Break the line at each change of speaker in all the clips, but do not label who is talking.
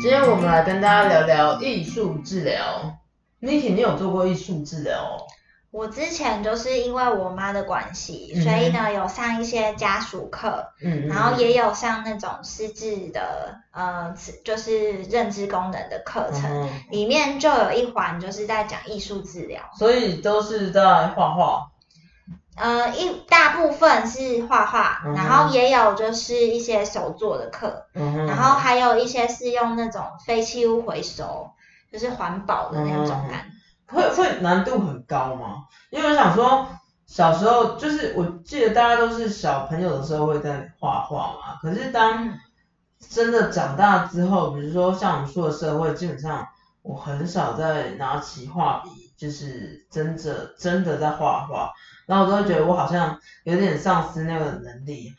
今天我们来跟大家聊聊艺术治疗。Miki，你有做过艺术治疗哦？
我之前就是因为我妈的关系，
嗯
所以呢有上一些家属课，
嗯
然后也有上那种失智的呃，就是认知功能的课程，
嗯
里面就有一环就是在讲艺术治疗。
所以都是在画画。
呃，一大部分是画画，
嗯
然后也有就是一些手做的课，
嗯哼
然后还有一些是用那种废弃物回收，就是环保的那种
嗯
感
会会难度很高吗？因为我想说，小时候就是我记得大家都是小朋友的时候会在画画嘛，可是当
嗯
真的长大之后，比如说像我们出了社会，基本上我很少再拿起画笔，就是真的真的在画画，然后我都会觉得我好像有点丧失那个能力。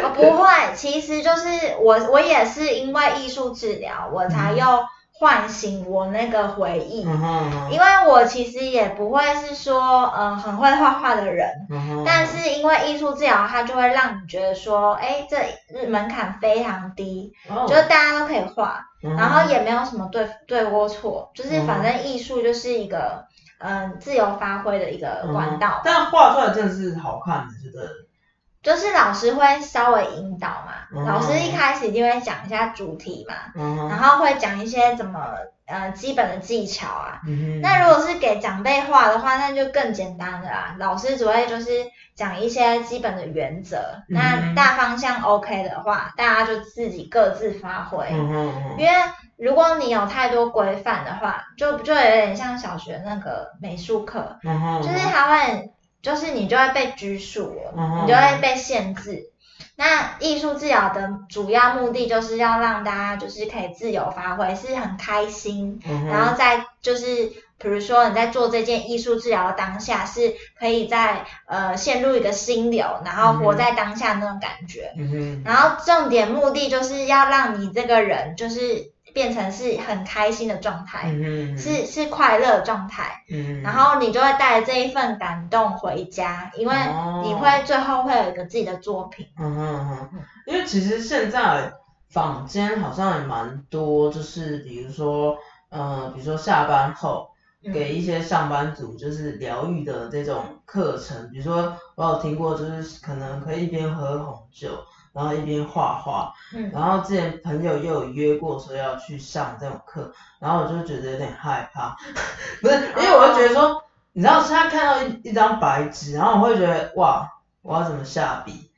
我呃不会，其实就是我，我也是因为艺术治疗，我才又唤醒我那个回忆。
嗯哼嗯哼
因为我其实也不会是说，呃，很会画画的人，
嗯哼，
但是因为艺术治疗，它就会让你觉得说，哎，这日门槛非常低，
哦
就是大家都可以画，
嗯哼嗯
然后也没有什么对对或错，就是反正艺术就是一个，嗯、自由发挥的一个管道。
嗯但画出来真的是好看的，觉得
就是老师会稍微引导嘛，
嗯
老师一开始一定会讲一下主题嘛，
嗯哼
然后会讲一些怎么呃基本的技巧啊。
嗯哼
那如果是给长辈画的话，那就更简单了啦。老师只会就是讲一些基本的原则，
嗯
那大方向 OK 的话，大家就自己各自发挥。
嗯哼嗯哼
因为如果你有太多规范的话，就就有点像小学那个美术课，
嗯哼，
就是它会，就是你就会被拘束
嗯
了，你就会被限制。那艺术治疗的主要目的就是要让大家就是可以自由发挥，是很开心，
嗯哼
然后再就是比如说你在做这件艺术治疗的当下，是可以在呃陷入一个心流，然后活在当下那种感觉。
嗯哼，
然后重点目的就是要让你这个人就是变成是很开心的状态，
嗯哼，
是是快乐的状态。
嗯哼，
然后你就会带着这一份感动回家，因为
哦
你会最后会有一个自己的作品。
嗯哼嗯哼，因为其实现在坊间好像也蛮多，就是比如说呃，比如说下班后
嗯
给一些上班族就是疗愈的这种课程，比如说我有听过，就是可能可以一边喝红酒，然后一边画画，
嗯，
然后之前朋友也有约过说要去上这种课，然后我就觉得有点害怕， 不是，因为我就觉得
哦
说，你知道现在看到一一张白纸，然后我会觉得哇，我要怎么下笔？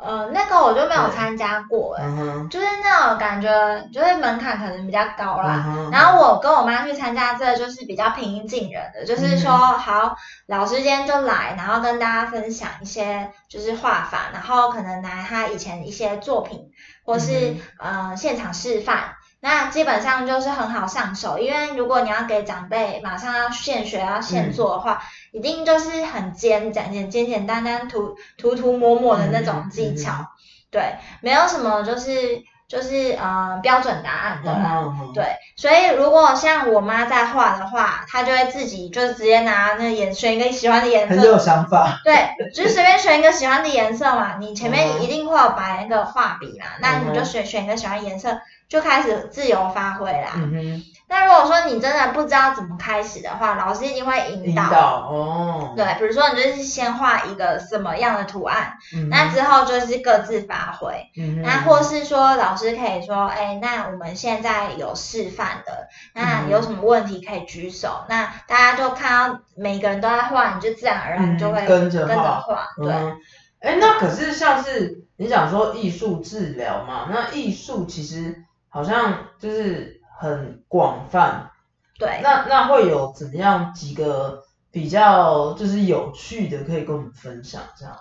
呃，那个我就没有参加过、欸，
嗯哼，
就是那种感觉，就是门槛可能比较高
嗯
啦。
哼，
然后我跟我妈去参加，这就是比较平易近人的，就是说、好，老师今天就来，然后跟大家分享一些就是画法，然后可能拿他以前一些作品，或是、呃现场示范。那基本上就是很好上手，因为如果你要给长辈马上要现学要现做的话，一定就是很简简简简简单单涂涂涂抹抹的那种技巧，对，没有什么就是就是呃标准答案的啦。
嗯嗯
对，所以如果像我妈在画的话，她就会自己就直接拿那颜选一个喜欢的颜
很
色，
有想法。
对，就是随便选一个喜欢的颜色嘛。你前面
嗯
一定会有摆那个画笔啦，那你
嗯
就选选一个喜欢的颜色，就开始自由发挥啦。
嗯哼，
那如果说你真的不知道怎么开始的话，老师一定会引
引导哦。
对，比如说你就是先画一个什么样的图案，
嗯哼，
那之后就是各自发挥。
嗯哼
那或是说老师可以说，哎，那我们现在有示范的，那
嗯
有什么问题可以举手。那大家就看到每个人都在画，你就自然而然就会
嗯跟着画
画。对，
嗯，哎，那可是像是你想说艺术治疗嘛，那艺术其实好像就是很广泛，
对，
那那会有怎么样几个比较就是有趣的可以跟我们分享这样吗？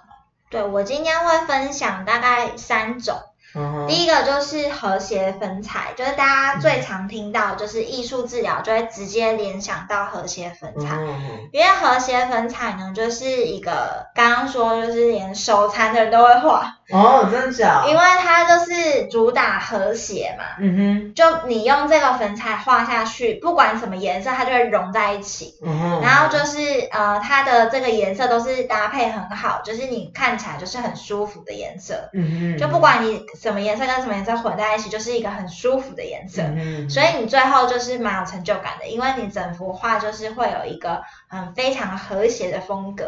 对我今天会分享大概三种。
嗯嗯哼，
第一个就是和谐粉彩，就是大家最常听到，就是艺术治疗就会直接联想到和谐粉
嗯
彩。
哼嗯哼
因为和谐粉彩呢，就是一个刚刚说就是连手残的人都会画，
哦，真假？
因为它就是主打和谐嘛。
嗯
就你用这个粉彩画下去，不管什么颜色，它就会融在一起。
哼，嗯哼，
然后就是呃，它的这个颜色都是搭配很好，就是你看起来就是很舒服的颜色。
嗯哼，
就不管你什么颜色跟什么颜色混在一起，就是一个很舒服的颜色。
嗯哼，
所以你最后就是蛮有成就感的，因为你整幅画就是会有一个嗯非常和谐的风格，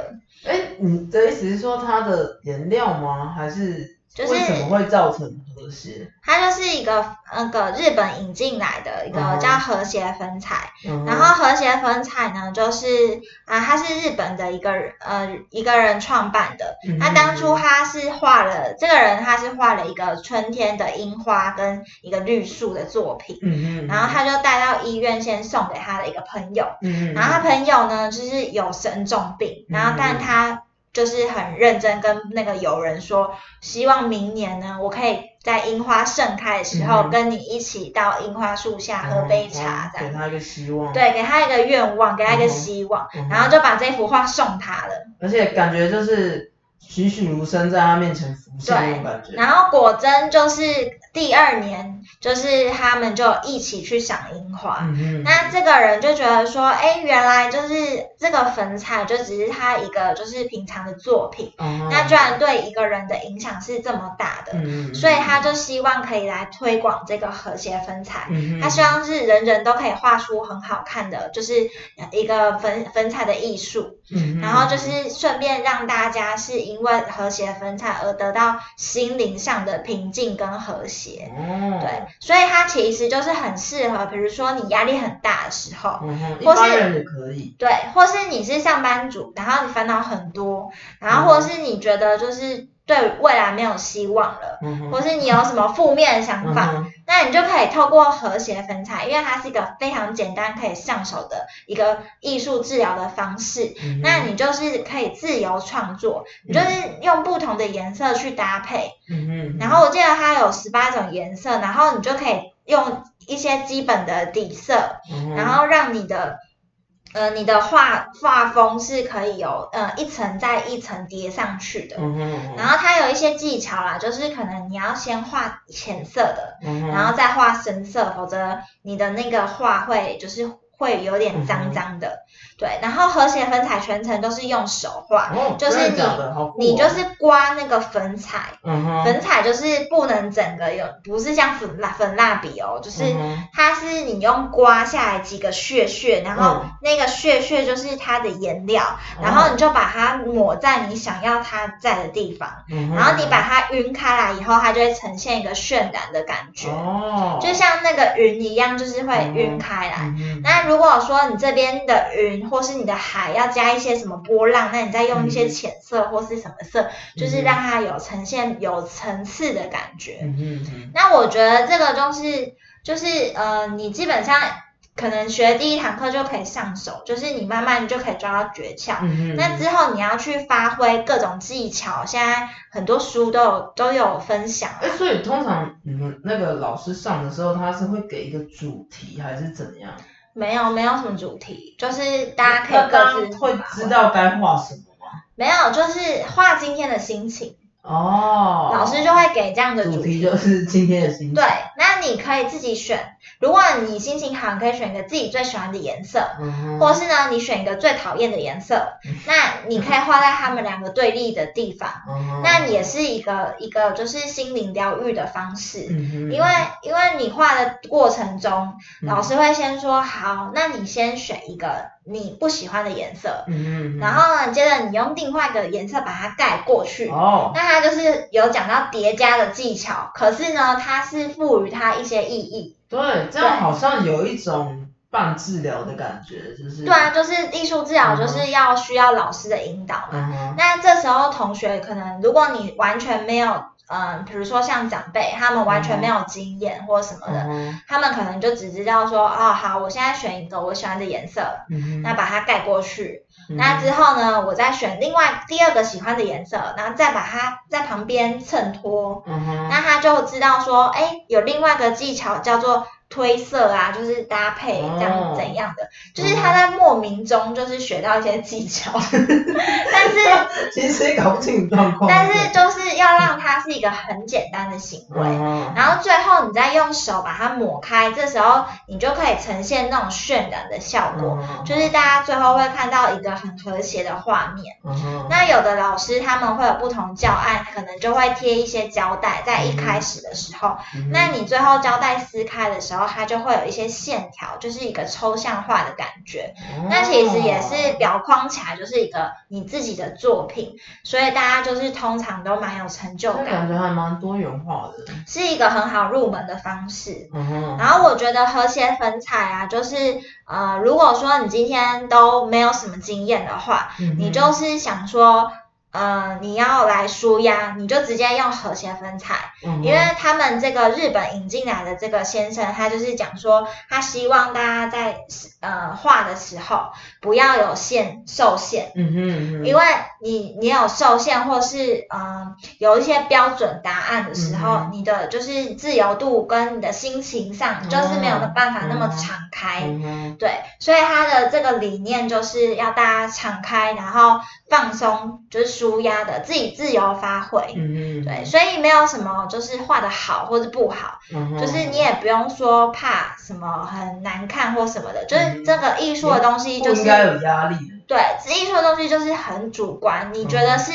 哎，你的意思是说它的颜料吗？还是
就是
为什么会造成和谐？
它就是一个那个日本引进来的一个
嗯
叫和谐粉彩，
嗯哼
然后和谐粉彩呢就是啊它是日本的一个人呃一个人创办的，
嗯
他当初他是画了这个人他是画了一个春天的樱花跟一个绿树的作品，
嗯哼，
然后他就带到医院先送给他的一个朋友。
嗯哼，嗯
然后他朋友呢，就是有生重病，然后但他就是很认真跟那个友人说，希望明年呢，我可以在樱花盛开的时
嗯
候
哼
跟你一起到樱花树下喝杯茶，这
哦给
样。
他一个希望。，
对，给他一个愿望，给他一个希望，
嗯哼
然后就把这幅画送他了。
而且感觉就是栩栩如生，在他面前浮现那种感觉。
然后果真就是第二年，就是他们就一起去赏樱花。
嗯哼，
那这个人就觉得说，哎，原来就是这个粉彩，就只是他一个就是平常的作品，
哦
那居然对一个人的影响是这么大的，
嗯，
所以他就希望可以来推广这个和谐粉彩。
嗯哼
他希望是人人都可以画出很好看的，就是一个粉粉彩的艺术，
嗯哼
然后就是顺便让大家是因为和谐粉彩而得到心灵上的平静跟和谐。
哦，
对，所以它其实就是很适合，比如说你压力很大的时候，
嗯哼，一
或是
般人也可以。
对，或是你是上班族，然后你烦恼很多，然后或是你觉得就是对未来没有希望了，
嗯哼，
或是你有什么负面的想
嗯
法，
哼
那你就可以透过和谐粉彩，因为它是一个非常简单可以上手的一个艺术治疗的方式。
嗯哼
那你就是可以自由创作，你就是用不同的颜色去搭配，
嗯哼，
然后我记得它有十八种颜色，然后你就可以用一些基本的底色，
嗯哼
然后让你的呃你的画画风是可以有呃一层再一层叠上去的。
嗯哼，
然后它有一些技巧啦，就是可能你要先画浅色的，
嗯哼
然后再画深色，否则你的那个画会就是会有点
嗯
脏脏的。对，然后和谐粉彩全程都是用手画，
哦
就是
真的
你
假的好酷
你
哦
就是刮那个粉彩。
嗯哼，
粉彩就是不能整个有，不是像粉蜡粉蜡笔哦，就是
嗯哼
它是你用刮下来几个屑屑，然
嗯
后
哦
那个屑屑就是它的颜料，然后你就把它抹在你想要它在的地方，
嗯哼
然后你把它晕开来以后，它就会呈现一个渲染的感觉，
哦，
就像那个云一样，就是会晕
嗯
开来。
嗯哼
那如果说你这边的云或是你的海要加一些什么波浪，那你再用一些
嗯
浅色或是什么色，就是让它有呈现有层次的感觉。
嗯哼嗯哼
那我觉得这个东西就是呃，你基本上可能学第一堂课就可以上手，就是你慢慢就可以抓到诀窍。
嗯哼，
那之后你要去发挥各种技巧，现在很多书都有都有分享。
哎，所以通常你们那个老师上的时候，他是会给一个主题还是怎样？
没有没有什么主题，就是大家可
那
以各自
会
发挥
知道该画什么吗？
没有，就是画今天的心情。
哦，
老师就会给这样的
主题就是今天的心情。
对，那你可以自己选。如果你心情好，你可以选一个自己最喜欢的颜色，
嗯哼，
或是呢，你选一个最讨厌的颜色。那你可以画在他们两个对立的地方，
嗯哼
那也是一个一个就是心灵疗愈的方式。
嗯哼，
因为因为你画的过程中，
嗯
老师会先说好，那你先选一个你不喜欢的颜色，
嗯哼，嗯哼
然后呢，接着你用另外一个颜色把它盖过去。
哦，
那它就是有讲到叠加的技巧，可是呢，它是赋予它一些意义。
对，这样好像有一种半治疗的感觉，就是
对啊，，就是艺术治疗就是要需要老师的引导嘛。
嗯哼，
那这时候同学可能，如果你完全没有，嗯、比如说像长辈，他们完全没有经验或什么的，
嗯哼
他们可能就只知道说，哦，好，我现在选一个我喜欢的颜色，
嗯哼，
那把它盖过
嗯
去。那之后呢，我再选另外第二个喜欢的颜色，然后再把它在旁边衬托。
嗯哼，
那他就知道说，哎，有另外一个技巧叫做推色啊，就是搭配
哦
这样怎样的，就是他在莫名中就是学到一些技 巧，但是
其实也搞不清楚状况，
但是就是要让它是一个很简单的行
对
为。
嗯哼
然后最后你再用手把它抹开，这时候你就可以呈现那种渲染的效果，
嗯
就是大家最后会看到一个很和谐的画面。
嗯哼
那有的老师他们会有不同教案，可能就会贴一些胶带，在一开始的时候，
嗯
那你最后胶带撕开的时候，它就会有一些线条，就是一个抽象化的感觉。
哼
那其实也是
哦
表框起来，就是一个你自己的作品，所以大家就是通常都蛮有成就
这感
感，
觉还蛮多元化的，
是一个很好入门的方式。
嗯哼，
然后我觉得和谐粉彩啊，就是呃，如果说你今天都没有什么经验的话，
嗯哼
你就是想说，呃，你要来舒压，你就直接用和谐粉彩，
嗯哼
因为他们这个日本引进来的这个先生，他就是讲说，他希望大家在呃画的时候不要有线受限。
嗯哼嗯哼，
因为你你有受限，或是嗯、呃有一些标准答案的时候，
嗯
你的就是自由度跟你的心情上，就是没有办法那么
嗯
敞开。
嗯哼
对，所以他的这个理念就是要大家敞开，然后放松，就是舒压的，自己自由发挥。
嗯哼，
对，所以没有什么就是画的好或是不好，
嗯哼，
就是你也不用说怕什么很难看或什么的，就是
嗯
这个艺术的东西就
不
是
应该有压力的，
对，艺术的东西就是很主观，你觉得
嗯
是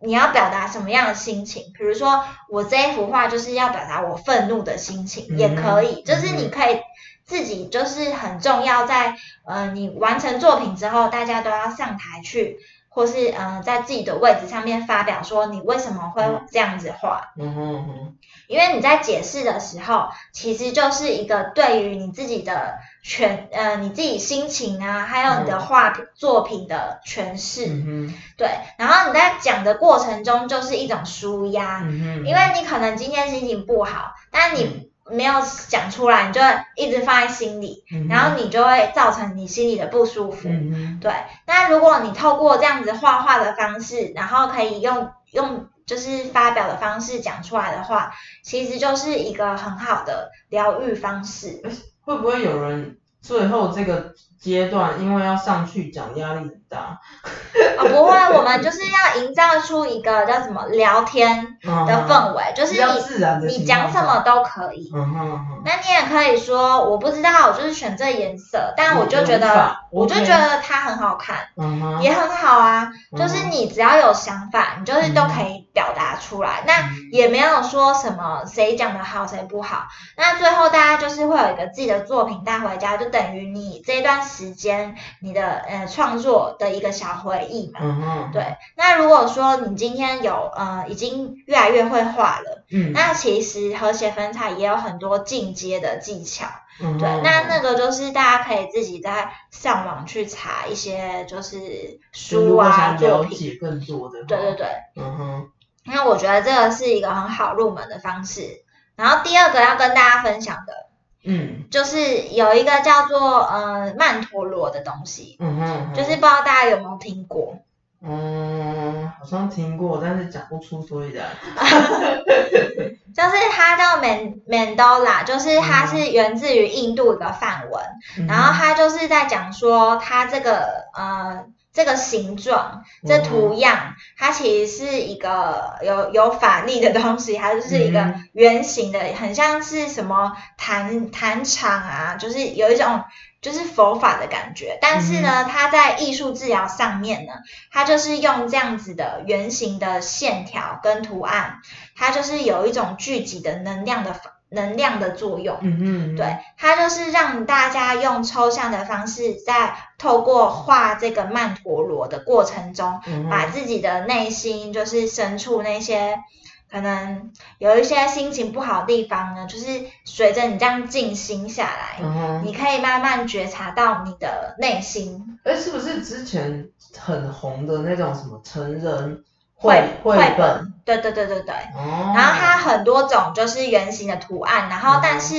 你要表达什么样的心情？比如说，我这一幅画就是要表达我愤怒的心情，
嗯
也可以，就是
嗯
你可以自己就是很重要在，呃你完成作品之后，大家都要上台去。或是嗯、呃在自己的位置上面发表说你为什么会
嗯
这样子画，
嗯哼嗯哼，
因为你在解释的时候，其实就是一个对于你自己的全呃你自己心情啊，还有你的
嗯
画品作品的诠释，
嗯哼
对，然后你在讲的过程中就是一种舒压，
嗯哼，
因为你可能今天心情不好，但你没有讲出来，你就会一直放在心里，
嗯哼
然后你就会造成你心里的不舒服。
嗯哼
对，那如果你透过这样子画画的方式，然后可以用用就是发表的方式讲出来的话，其实就是一个很好的疗愈方式。
会不会有人最后这个阶段，因为要上去讲压力很大，
啊、不会，我们就是要营造出一个叫什么聊天
嗯
的氛围，就
就是比较
你
自然的
你讲什么？都可以。
嗯哼嗯哼，
那你也可以说，我不知道，我就是选这颜色，但我就觉
我无
得
法，
我就
OK
觉得它很好看，
嗯哼，
也很好啊。就是
嗯
你只要有想法，你就是都可以表达出来。那
嗯
也没有说什么谁讲的好，谁不好。那最后大家就是会有一个自己的作品带回家，就等于你这段时间你的呃创作的一个小回忆嘛。
嗯哼，
对，那如果说你今天有呃已经越来越会画了。
嗯，
那其实和谐粉彩也有很多进阶的技巧，
嗯哼
对，那那个就是大家可以自己在上网去查一些就是
就是
书
如果
啊
想
作
了
品，
解更多的，
对对，对。
嗯哼，
那我觉得这个是一个很好入门的方式。然后第二个要跟大家分享的
嗯
就是有一个叫做呃曼陀罗的东西，
嗯哼，
就是不知道大家有没有听过，
嗯，好像听过，但是讲不出所以然，
就是它叫 man mandola，就是它是源自于印度一个梵文。
嗯哼
然后他就是在讲说，他这个呃这个形状、
嗯
这图样，它其实是一个有有法力的东西，它就是一个
嗯
圆形的，很像是什么弹弹场啊，就是有一种就是佛法的感觉。但是
嗯
呢，它在艺术治疗上面呢，它就是用这样子的圆形的线条跟图案，它就是有一种聚集的能量的法能量的作用。
嗯哼，
对，它就是让大家用抽象的方式，在透过画这个曼陀罗的过程中，
嗯哼
把自己的内心就是深处那些可能有一些心情不好的地方呢，就是随着你这样静心下来，
嗯哼，
你可以慢慢觉察到你的内心。
哎，是不是之前很红的那种什么成人
绘
绘
绘
本？
对对对对对。
哦，
然后它很多种就是圆形的图案，然
嗯
后但是。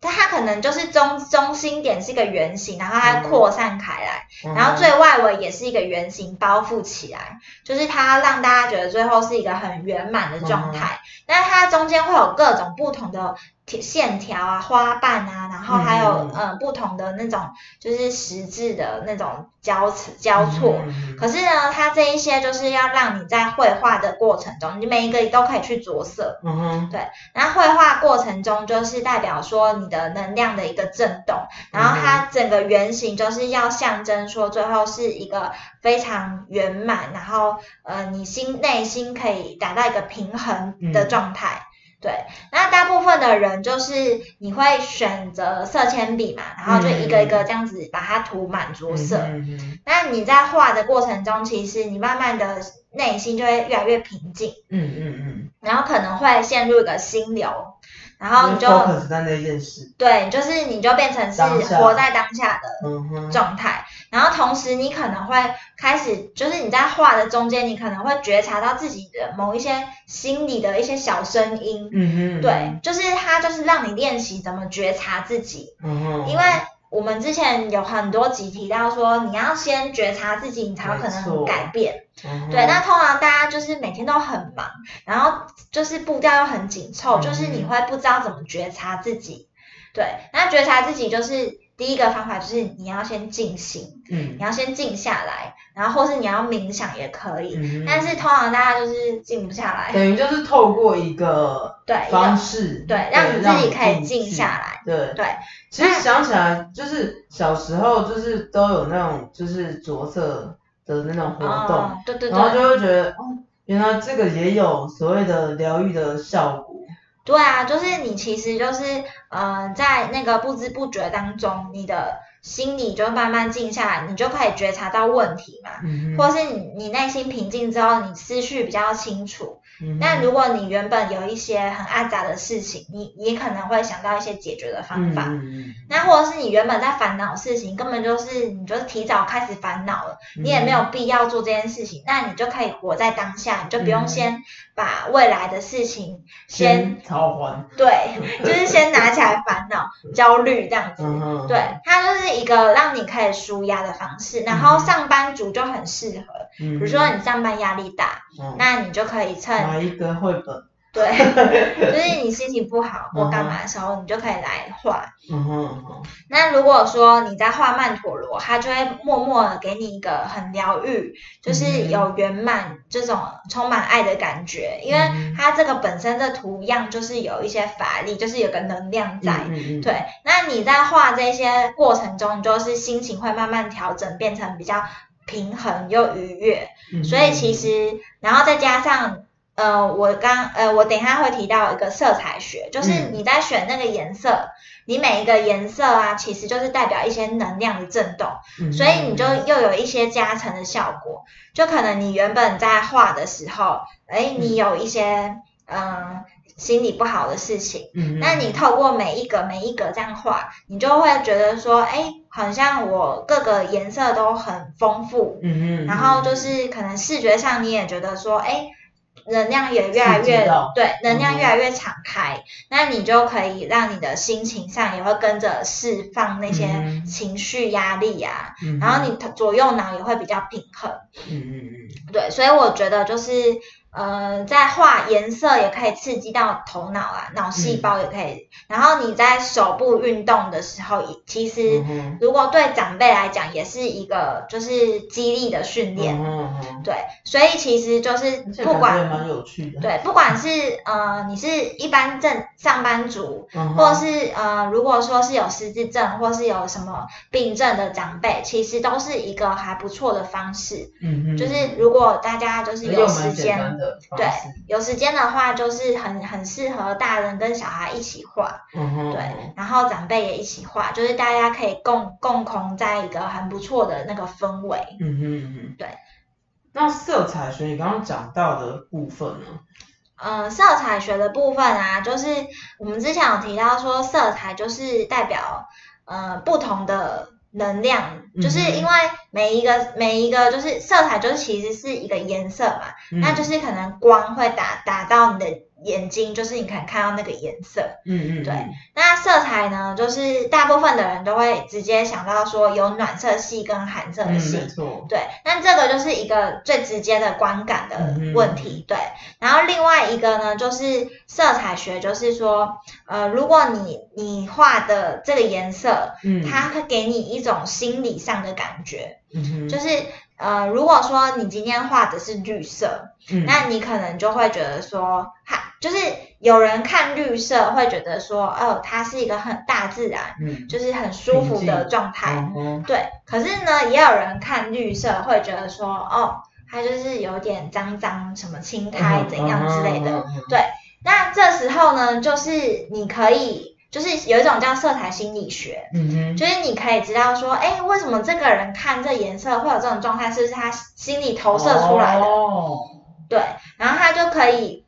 但它可能就是中中心点是一个圆形，然后它
嗯
扩散开来，
嗯哼，
然后最外围也是一个圆形包覆起来，就是它让大家觉得最后是一个很圆满的状
嗯
态。那、它中间会有各种不同的铁线条啊、花瓣啊，然后还有
嗯
嗯、呃不同的那种就是实质的那种交错交错。
嗯
可是呢，它这一些就是要让你在绘画的过程中，你每一个都可以去着色。
嗯哼，
然后绘画过程中就是代表说你的能量的一个震动，然后
嗯
它整个圆形就是要象征说最后是一个非常圆满，然后呃你心内心可以达到一个平衡
嗯
的状态。对，那大部分的人就是你会选择色铅笔嘛，然后就一个一个这样子把它涂满着色。
嗯哼嗯哼
那你在画的过程中，其实你慢慢的内心就会越来越平静，
嗯嗯
然后可能会陷入一个心流，然后
嗯，
你就
focus 在那件事，
对，就是你就变成是
当下
活在当下的
嗯哼，
状态，然后同时你可能会开始，就是你在画的中间，你可能会觉察到自己的某一些心里的一些小声音，
嗯哼，
对，就是它就是让你练习怎么觉察自己，
嗯哼，
因为我们之前有很多集提到说，你要先觉察自己，你才有可
没错
能改变。
嗯哼
对，那通常大家就是每天都很忙，然后就是步调又很紧
嗯
凑，就是你会不知道怎么觉察自己。对，那觉察自己就是第一个方法，就是你要先静心，
嗯
你要先静下来，然后或是你要冥想也可以。
嗯哼，
但是通常大家就是静不下来，
等于就是透过一个
对，一
方
个
式，
对让你自己可以静
静
下来，
对。
对，
其实想起来，就是小时候就是都有那种就是着色的那种活动，
哦，对对
然后
对，
就会觉得，哦，原来这个也有所谓的疗愈的效果。
对啊，就是你其实就是呃，在那个不知不觉当中，你的心里就慢慢静下来，你就可以觉察到问题嘛。
嗯
或是你你内心平静之后，你思绪比较清楚。
嗯
那如果你原本有一些很阿杂的事情，你也可能会想到一些解决的方法。
嗯
那或者是你原本在烦恼的事情，根本就是你就是提早开始烦恼了，
嗯
你也没有必要做这件事情，那你就可以活在当下，你就不用
嗯
先把未来的事情先
先逃还，
对，就是先拿起来烦恼、焦虑这样子。
嗯哼，
对，它就是一个让你可以舒压的方式。然
嗯
后上班族就很适合，
嗯，
比
比
如说你上班压力大，那你就可以趁
嗯买一个绘本，
对，就是你心情不好或干嘛的时候，你就可以来画。
嗯哼，
那如果说你在画曼陀罗，它就会默默的给你一个很疗愈，就是
嗯
有圆满这种充满爱的感觉，因为
嗯
它这个本身这图样就是有一些法力，就是有个能量在。
嗯，
对，那你在画这些过程中，你就是心情会慢慢调整，变成比较平衡又愉悦。
嗯
所以其，实，然后再加上，呃，我刚呃，我等一下会提到一个色彩学，就是
嗯
你在选那个颜色，你每一个颜色啊，其实就是代表一些能量的震动，
嗯
所以你就又有一些加成的效果。就可能你原本在画的时候，哎，你有一些嗯、呃心理不好的事情。
嗯
那你透过每一格每一格这样画，你就会觉得说，哎，好像我各个颜色都很丰富，
嗯嗯，
然后就是可能视觉上你也觉得说，哎，能量也越来
刺激
越
到
对，能
嗯
量越来越敞开，那你就可以让你的心情上也会跟着释放那些
嗯
情绪压力啊呀、
嗯
然后你左右脑也会比较平衡。
嗯嗯嗯
对，所以我觉得就是呃，在画颜色也可以刺激到头脑啊，脑细
嗯
胞也可以。然后你在手部运动的时候，也其实
嗯哼
如果对长辈来讲，也是一个就是激励的训练。
嗯哼，
对，所以其实就是
而且感觉
不
也
管
蛮有趣的，
对，不管是呃你是一般正上班族，
嗯哼，
或是呃，如果说是有失智症或是有什么病症的长辈，其实都是一个还不错的方式。
嗯哼，
就是如果大家就是
也有
有
蛮
时
简
间，
单的方
对
式，，
有时间的话，就是很很适合大人跟小孩一起画，
嗯哼，
对，然后长辈也一起画，就是大家可以共共同在一个很不错的那个氛围。
嗯哼嗯哼，
对。
那色彩学你刚刚讲到的部分呢？
呃，色彩学的部分啊，就是我们之前有提到说，色彩就是代表呃不同的能量，
嗯
就是因为每一个每一个就是色彩，就是其实是一个颜色嘛，
嗯
那就是是可能光会打打到你的眼睛，就是你可能看到那个颜色。
嗯嗯嗯
对那色彩呢，就是大部分的人都会直接想到说有暖色系跟寒色
嗯，
系，
没错，
对，那这个就是一个最直接的观感
嗯
的问题，对。然后另外一个呢，就是色彩学，就是说，呃，如果你你画的这个颜色，
嗯，
它会给你一种心理上的感觉，
嗯哼，
就是呃，如果说你今天画的是绿色，
嗯
那你可能就会觉得说，哈，就是有人看绿色会觉得说，哦，它是一个很大自然，
嗯，
就是很舒服
平
的
静
状态。
嗯哼
对，可是呢，也有人看绿色会觉得说，哦，它就是有点脏脏，什么青苔怎样之类的。
嗯哼
对，那这时候呢，就是你可以，就是有一种叫色彩心理学，
嗯哼，
就是你可以知道说，哎，为什么这个人看这颜色会有这种状态，是不是他心里投射出来的？
哦，
对，然后他就可以。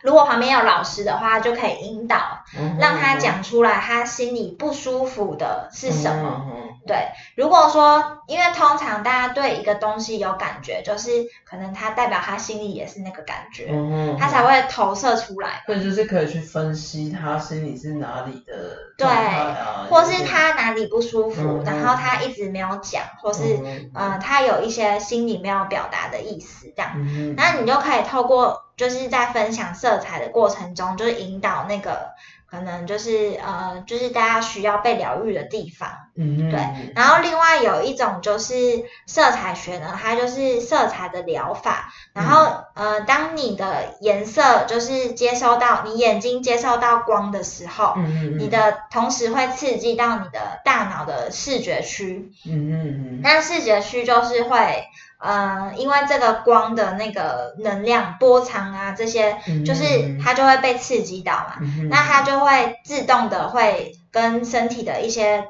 如果旁边有老师的话，他就可以引导，
嗯哼
让他讲出来他心里不舒服的是什么。？
嗯
对，如果说，因为通常大家对一个东西有感觉，就是可能他代表他心里也是那个感觉，
哼嗯哼，
他才会投射出来，
所以就是可以去分析他心里是哪里的
对
状态啊，
或
有
是
点
他哪里不舒服，
嗯
然后他一直没有讲，或是
嗯哼
呃他有一些心里没有表达的意思这样，
嗯哼
那你就可以透过就是在分享色彩的过程中，就是引导那个可能就是呃就是大家需要被疗愈的地方。
嗯哼
对，然后另外有一种就是色彩学呢，它就是色彩的疗法。然后、呃，当你的颜色就是接收到你眼睛接受到光的时候，
嗯哼
你的同时会刺激到你的大脑的视觉区。
嗯哼嗯哼
那视觉区就是会呃，因为这个光的那个能量波长啊，这些
嗯
就是它就会被刺激到嘛。
嗯哼
那它就会自动的会跟身体的一些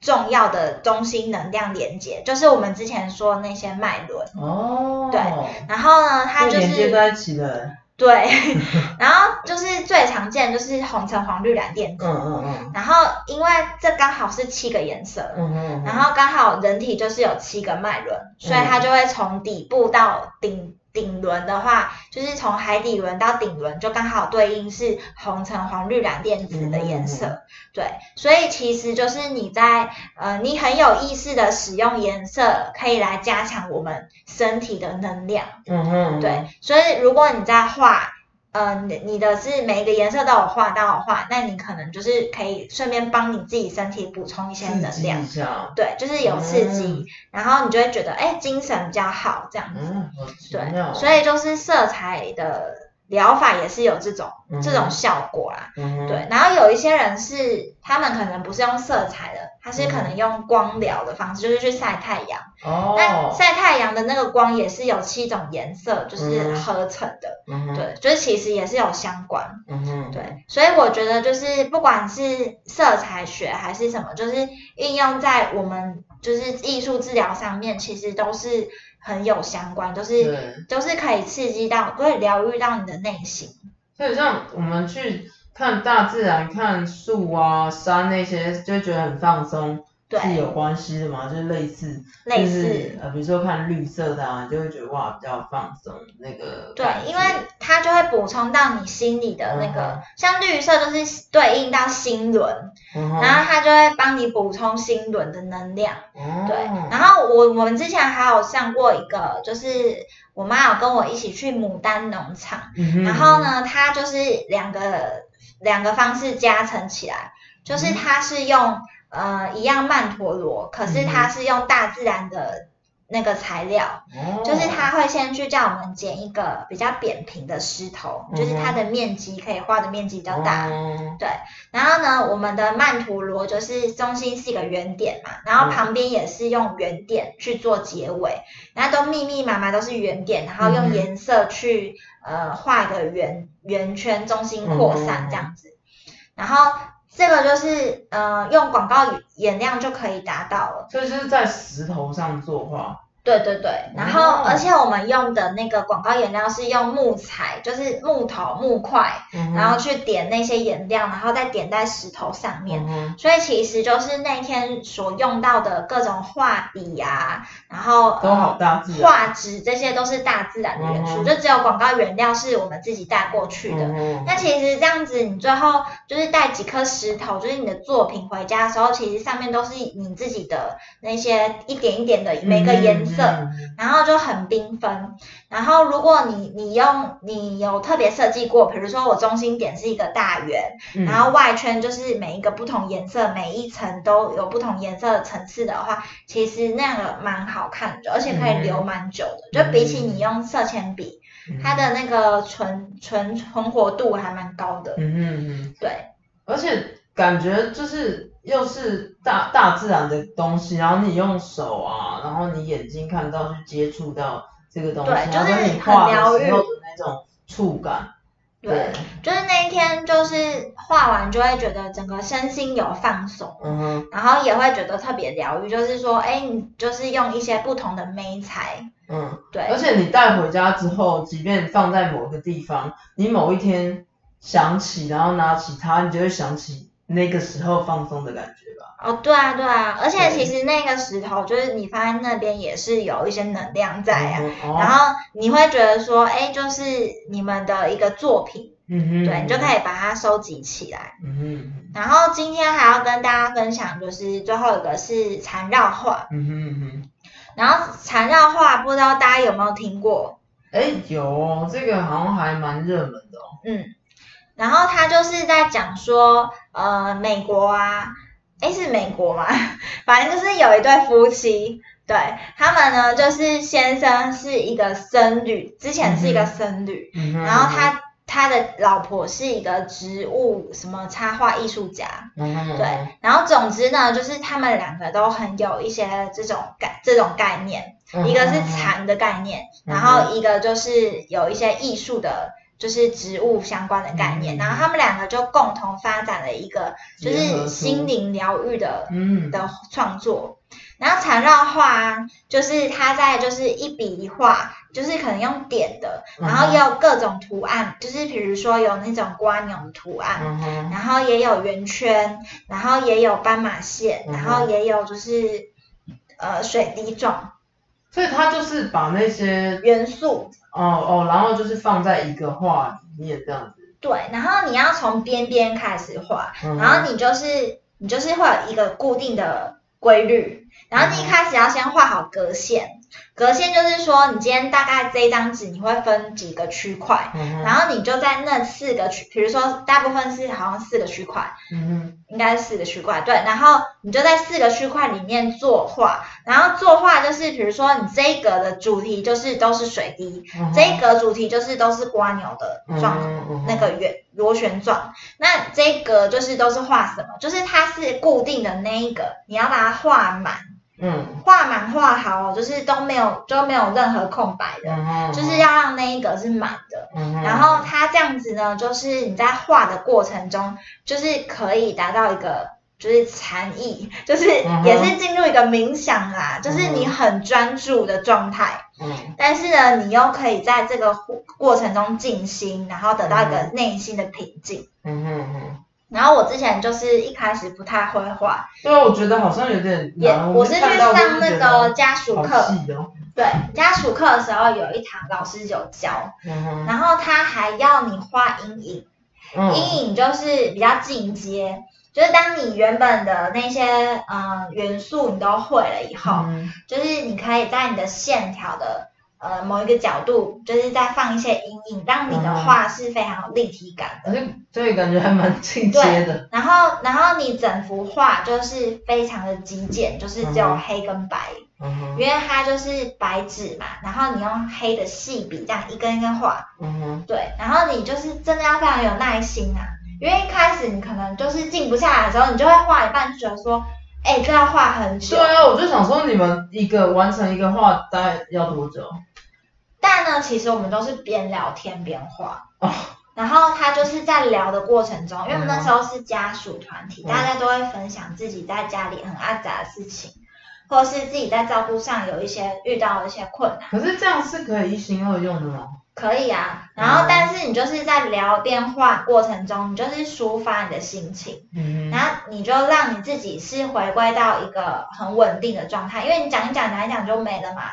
重要的中心能量连接，就是我们之前说那些脉轮。
哦，
对然后呢，它
所
就
以连接
是
在一起的，
对， 然后就是最常见就是红橙黄绿蓝靛
嗯
紫，
嗯嗯
然后因为这刚好是七个颜色，
嗯哼，
然后刚好人体就是有七个脉轮，所以它就会从底部到顶顶轮的话，就是从海底轮到顶轮，就刚好对应是红橙黄绿蓝靛紫的颜
嗯
色。对，所以其实就是你在呃，你很有意识的使用颜色，可以来加强我们身体的能量。
嗯哼，
对，所以如果你在画。呃，你你的是每一个颜色都有画到有画，那你可能就是可以顺便帮你自己身体补充一些
刺
能
激
量
一。下，
对，就是有刺激，然后你就会觉得哎，精神比较好这样子。
嗯，好奇妙
对，，所以就是色彩的疗法也是有这种、
以
这种效果啦。
嗯哼，
对，然后有一些人是他们可能不是用色彩的，他
嗯
是可能用光疗的方式，就是去晒太阳。那
哦，
晒太阳的那个光也是有七种颜色，就是
嗯
合成的。
嗯哼，
对，就是其实也是有相关。
嗯哼，
对，所以我觉得就是不管是色彩学还是什么，就是应用在我们就是艺术治疗上面，其实都是很有相关，都是
对。
都是可以刺激到，可以疗愈到你的内心。
所以像我们去看大自然、看树啊、山那些，就会觉得很放松，是
对，
有关系的嘛？就是类似，
类
就是
似。
呃，比如说看绿色的啊，就会觉得哇比较放松那个
对
感觉。，
因为它它就会补充到你心里的那个，像绿色就是对应到心轮，
嗯哼
然后它就会帮你补充心轮的能量。
哦
对，然后我我们之前还有上过一个，就是我妈有跟我一起去牡丹农场，
嗯哼
然后？呢，它就是两个两个方式加成起来，
嗯
就是它是用呃一样曼陀罗，可是它是用大自然的那个材料，
哦
就是它会先去叫我们捡一个比较扁平的石头，就是它的面积可以画的面积比较大，
哦
对，然后呢，我们的曼陀罗就是中心是一个圆点嘛，然后旁边也是用圆点去做结尾，然后都密密麻麻都是圆点，然后
嗯
用
哼
颜色去、呃画一个圆圆圈，中心扩散这样子。然后这个就是呃用广告眼量就可以达到了。
所以就是在石头上作画，
对对对，然后、
哦
而且我们用的那个广告颜料是用木材，就是木头木块，
嗯
然后去点那些颜料，然后再点在石头上面。
嗯哼
所以其实就是那天所用到的各种画笔啊，然后呃
都好大自然
画纸这些都是大自然的元素，
嗯哼
就只有广告原料是我们自己带过去的。
嗯
那
哼
其实这样子，你最后就是带几颗石头，就是你的作品回家的时候，其实上面都是你自己的那些一点一点的每个颜色，
嗯哼
然后就很缤纷。然后如果你你用你有特别设计过，比如说我中心点是一个大圆，
嗯
然后外圈就是每一个不同颜色，每一层都有不同颜色的层次的话，其实那样的蛮好看的，而且可以留蛮久的。
嗯
就比起你用色铅笔，它的那个纯纯存活度还蛮高的。
嗯哼嗯哼
对，
而且感觉就是又是大大自然的东西，然后你用手啊，然后你眼睛看到去接触到这个东西，
对
然后
就是
你画的
很疗愈
时候的那种触感，
对，就是那一天就是画完就会觉得整个身心有放松。
嗯哼，
然后也会觉得特别疗愈，就是说，哎，你就是用一些不同的美材，
嗯，
对，
而且你带回家之后，即便放在某个地方，你某一天想起，然后拿起它，你就会想起那个时候放松的感觉吧。
哦，对啊，对啊，而且
对
其实那个石头就是你放在那边也是有一些能量在啊，
嗯哼哦、
然后你会觉得说，哎，就是你们的一个作品，
嗯哼，
对，你就可
以，
以把它收集起来。
嗯哼，
然后今天还要跟大家分享，就是最后一个是缠绕画，
嗯哼嗯哼，
然后缠绕画不知道大家有没有听过？
哎、有哦这个好像还蛮热门的哦，
嗯，然后他就是在讲说，呃，美国啊，诶，是美国吗？ 反正就是有一对夫妻，对他们呢，就是先生是一个僧侣，之前是一个
嗯
僧侣，
嗯哼
然后他他的老婆是一个植物什么插画艺术家，
嗯哼，
对，然后总之呢，就是他们两个都很有一些这种概这种概念，
嗯
一个是，禅的概念，
嗯
然后一个就是有一些艺术的，就是植物相关的概念，
嗯
然后他们两个就共同发展了一个就
结合
是
出
心灵疗愈的
嗯，
的创作。然后缠绕画啊，就是它在就是一笔一画，就是可能用点的，
嗯哼
然后也有各种图案，就是比如说有那种瓜牛的图案，
嗯哼，
然后也有圆圈，然后也有斑马线，
嗯哼
然后也有就是呃水滴状
所以他就是把那些，
元素，
哦哦，然后就是放在一个画里面这样子，
对，然后你要从边边开始画，
嗯哼
然后你就是你就是会有一个固定的规律，然后你
嗯
一
哼
开始要先画好格线，格线就是说你今天大概这一张纸你会分几个区块，
嗯哼，
然后你就在那四个区，比如说大部分是好像四个区块，
嗯哼，
应该是四个区块，对，然后你就在四个区块里面作画，然后作画就是比如说你这一格的主题就是都是水滴，
嗯哼
这一格主题就是都是瓜牛的状态。
嗯哼
那个圆螺旋状，那这个就是都是画什么？就是它是固定的那一个，你要把它画满，
嗯
画满画好哦，就是都没有就没有任何空白的，
嗯哼，
就是要让那一格是满的。
嗯哼，
然后它这样子呢，就是你在画的过程中，就是可以达到一个就是禅意，就是
嗯哼
也是进入一个冥想啦，就是你
嗯
很专注的状态。
嗯
但是呢，你又可以在
嗯
这个过过程中静心，然后得到一个内心的平静。
嗯哼嗯哼，
然后我之前就是一开始不太会画，
对啊，我觉得好像有点
也
难。
我
们
是去
看到
上
就
那
觉得
个家属
好
课，
细哦。
对家属课的时候有一堂老师有教，
嗯哼
然后他还要你画阴影，
嗯
阴影就是比较进阶，就是当你原本的那些呃元素你都会了以后，
嗯
就是你可以在你的线条的呃某一个角度，就是再放一些阴影，让你
嗯
的画是非常有立体感的。
而且对，感觉还蛮进阶的。
然后，然后你整幅画就是非常的极简，就是只有黑跟白，
嗯
因
哼，
为它就是白纸嘛。然后你用黑的细笔这样一根一根画，
嗯哼，
对，然后你就是真的要非常有耐心啊，因为一开始你可能就是静不下来的时候，你就会画一半，就觉得说，哎，这要画很久
对。啊，我就想说你们一个完成一个画大概要多久？
但呢，其实我们都是边聊天边画。
哦
然后他就是在聊的过程中，因为我们那
嗯
时候是家属团体，
嗯
大家都会分享自己在家里很阿杂的事情，或是自己在照顾上有一些遇到的一些困难，
可是这样是可以一心二用的吗？
可以啊。然后
嗯，
但是你就是在聊电话过程中，你就是抒发你的心情。
嗯
然
哼，
后你就让你自己是回归到一个很稳定的状态，因为你讲一讲讲一讲就没了嘛，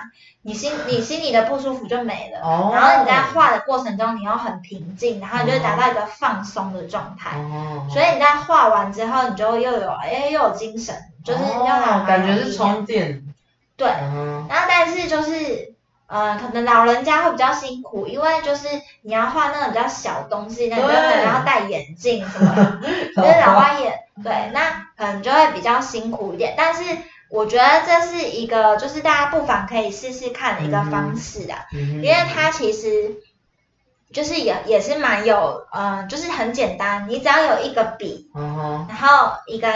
你心你心里的不舒服就没了。
哦
然后你在画的过程中，你又很平静，然后你就达到一个放松的状态。
哦，
所以你在画完之后，你就又有哎又有精神，就是又
哦
有
感觉是充电。
对。
嗯哼
然后但是就是呃，可能老人家会比较辛苦，因为就是你要画那种比较小东西，那你就可能
对
要戴眼镜什么的。 就是老花眼，对，那可能就会比较辛苦一点。但是我觉得这是一个，就是大家不妨可以试试看的一个方式啊，
因
因为它其实就是也也是蛮有，呃，就是很简单，你只要有一个笔，
嗯哼，
然后一个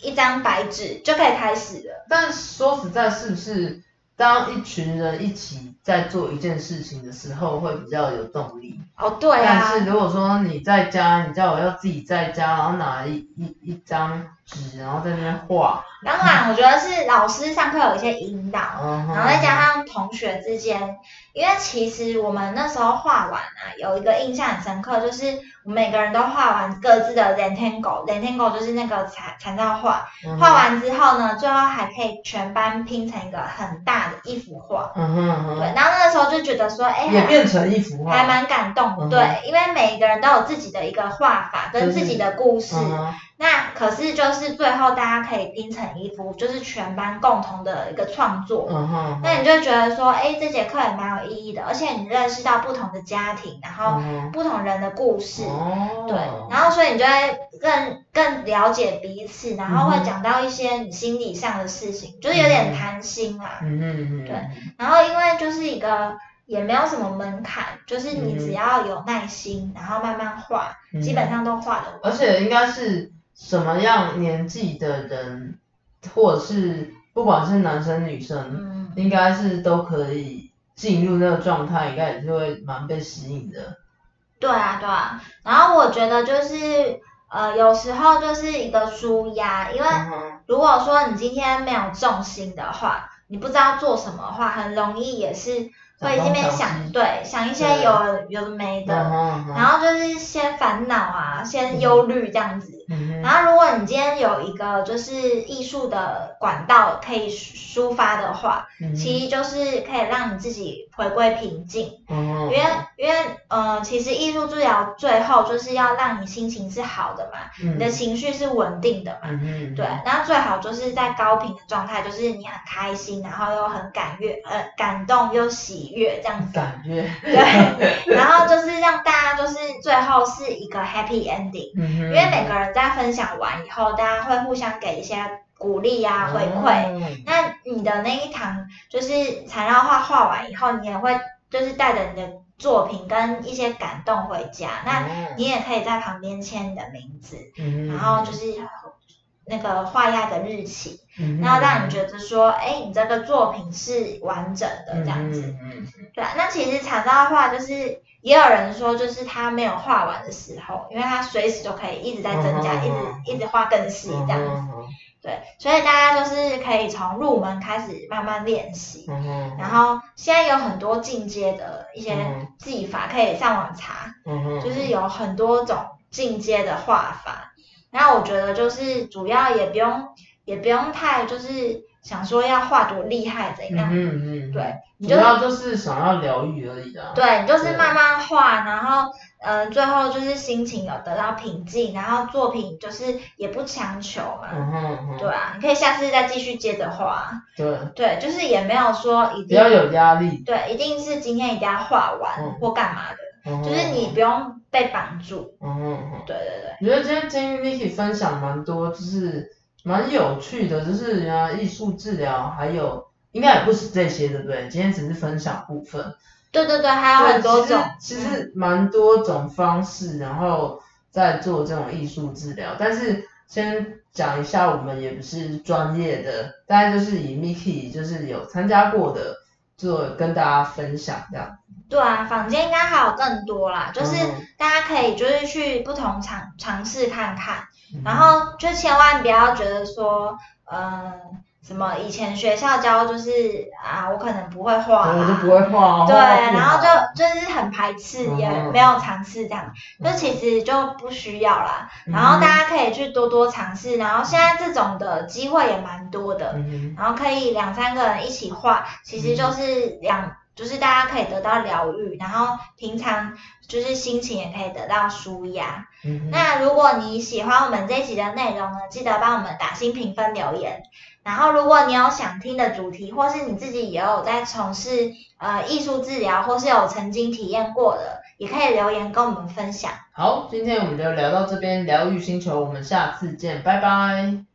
一张白纸就可以开始了。
但说实在，是不是当一群人一起在做一件事情的时候，会比较有动力？
哦，对
但
啊，
是如果说你在家，你叫我要自己在家，然后拿一一一张纸，然后在那边画，
当然我觉得是老师上课有一些引导，
嗯哼，
然后再加上同学之间，因为其实我们那时候画完啊，有一个印象很深刻，就是我们每个人都画完各自的 rectangle，rectangle 就是那个缠缠绕画，
嗯哼
画，完之后呢，最后还可以全班拼成一个很大的一幅画。
嗯哼嗯
对，
哼，
然后那时候就觉得说，哎，
也
还
变成一幅画，
还蛮感动的，
嗯哼
对，因为每一个人都有自己的一个画法跟自己的故事，
嗯哼
那可是就是最后大家可以拼成一幅，就是全班共同的一个创作。
嗯哼，
那你就觉得说，哎，这节课也蛮有意义的，而且你认识到不同的家庭，然后
嗯哼
不同人的故事，
哦，
对，然后所以你就会更更了解彼此，然
嗯
后会
哼
讲到一些你心理上的事情，就是有点谈心啊。
嗯哼嗯哼，
对然后因为就是一个也没有什么门槛，就是你只要有耐心，然后慢慢画，
嗯
基本上都画得
而
完。
且应该是什么样年纪的人，或者是不管是男生女生，
嗯，
应该是都可以进入那个状态，应该也是会蛮被吸引的。
对啊，对啊。然后我觉得就是呃，有时候就是一个舒压，因为。
嗯哼
如果说你今天没有重心的话，你不知道做什么的话，很容易也是会这
想东
边
想
想，
西
对，想一些
对
有有的没
嗯
的，
哼嗯
然后就是先烦恼啊，先忧虑这样子。
哼，
然后，如果你今天有一个就是艺术的管道可以抒发的话，
嗯
其实就是可以让你自己回归平静，
哼，
因
因
为因为呃，其实艺术治疗最后就是要让你心情是好的嘛，你的情绪是稳定的嘛，
嗯哼，
对，那最好就是在高频的状态，就是你很开心，然后又很感悦，呃，感动又喜悦这样子。
感觉，
对， 然后就是让大家就是最后是一个 happy ending，
嗯哼，
因为每个人在分享完以后，大家会互相给一些鼓励啊、
嗯
回馈。
馈，
那你的那一堂就是缠绕画画完以后，你也会就是带着你的作品跟一些感动回家。
嗯
那
那
你也可以在旁边签你的名字，
你
然后就，是那个画押的日期，
嗯哼
然后让你觉得说，哎，你这个作品是完整的这样子。，
嗯哼
对啊，那其实产道画就是也有人说，就是他没有画完的时候，因为他随时都可以一直在增加，
嗯
一直一直画更细这样子。
嗯哼
对，所以大家就是可以从入门开始慢慢练习。
嗯哼，
然后现在有很多进阶的一些
嗯
技法可以上网查，
嗯哼，
就是有很多种进阶的画法。那我觉得就是主要也不用也不用太就是想说要画多厉害怎
嗯
样，
嗯嗯，
对，你
主
就是
要就是想要疗愈而已啊。
对你就是
对
慢慢画，然后呃最后就是心情有得到平静，然后作品就是也不强求嘛，
嗯哼嗯哼，
对啊，你可以下次再继续接着画，
对，
对，就是也没有说一
不
定
要有压力，
对，一定是今天一定要画完、
嗯
或干嘛的，
嗯哼
就是你，不用被绑住，
嗯哼嗯哼，
对对对，
我觉得今天听 Niki 分享蛮多，就是蛮有趣的，就是人家艺术治疗，还有应该也不止这些，对不对？今天只是分享部分，
对对对，还有很多种，
其实其实蛮多种方式，然后再做这种艺术治疗。但是先讲一下，我们也不是专业的，大概就是以 Miki 就是有参加过的，做跟大家分享这样。
对啊，坊间应该还有更多啦，就是
嗯
大家可以就是去不同尝尝试看看，
嗯
然后就千万不要觉得说，呃，什么以前学校教就是啊，我可能不会画、啊，
我就不会画哦，
对，
画不
然后
好
就就是很排斥，
嗯
也没有尝试这样，就其实就不需要啦。
嗯
然后大家可以去多多尝试，然后现在这种的机会也蛮多的，
嗯
然后可以两三个人一起画，其实就是两。就是大家可以得到疗愈，然后平常就是心情也可以得到舒压。
哼嗯哼
那如果你喜欢我们这一集的内容呢，记得帮我们打新评分留言。然后，如果你有想听的主题，或是你自己也有在从事呃艺术治疗，或是有曾经体验过的，也可以留言跟我们分享。
好，今天我们就聊到这边，疗愈星球，我们下次见，拜拜。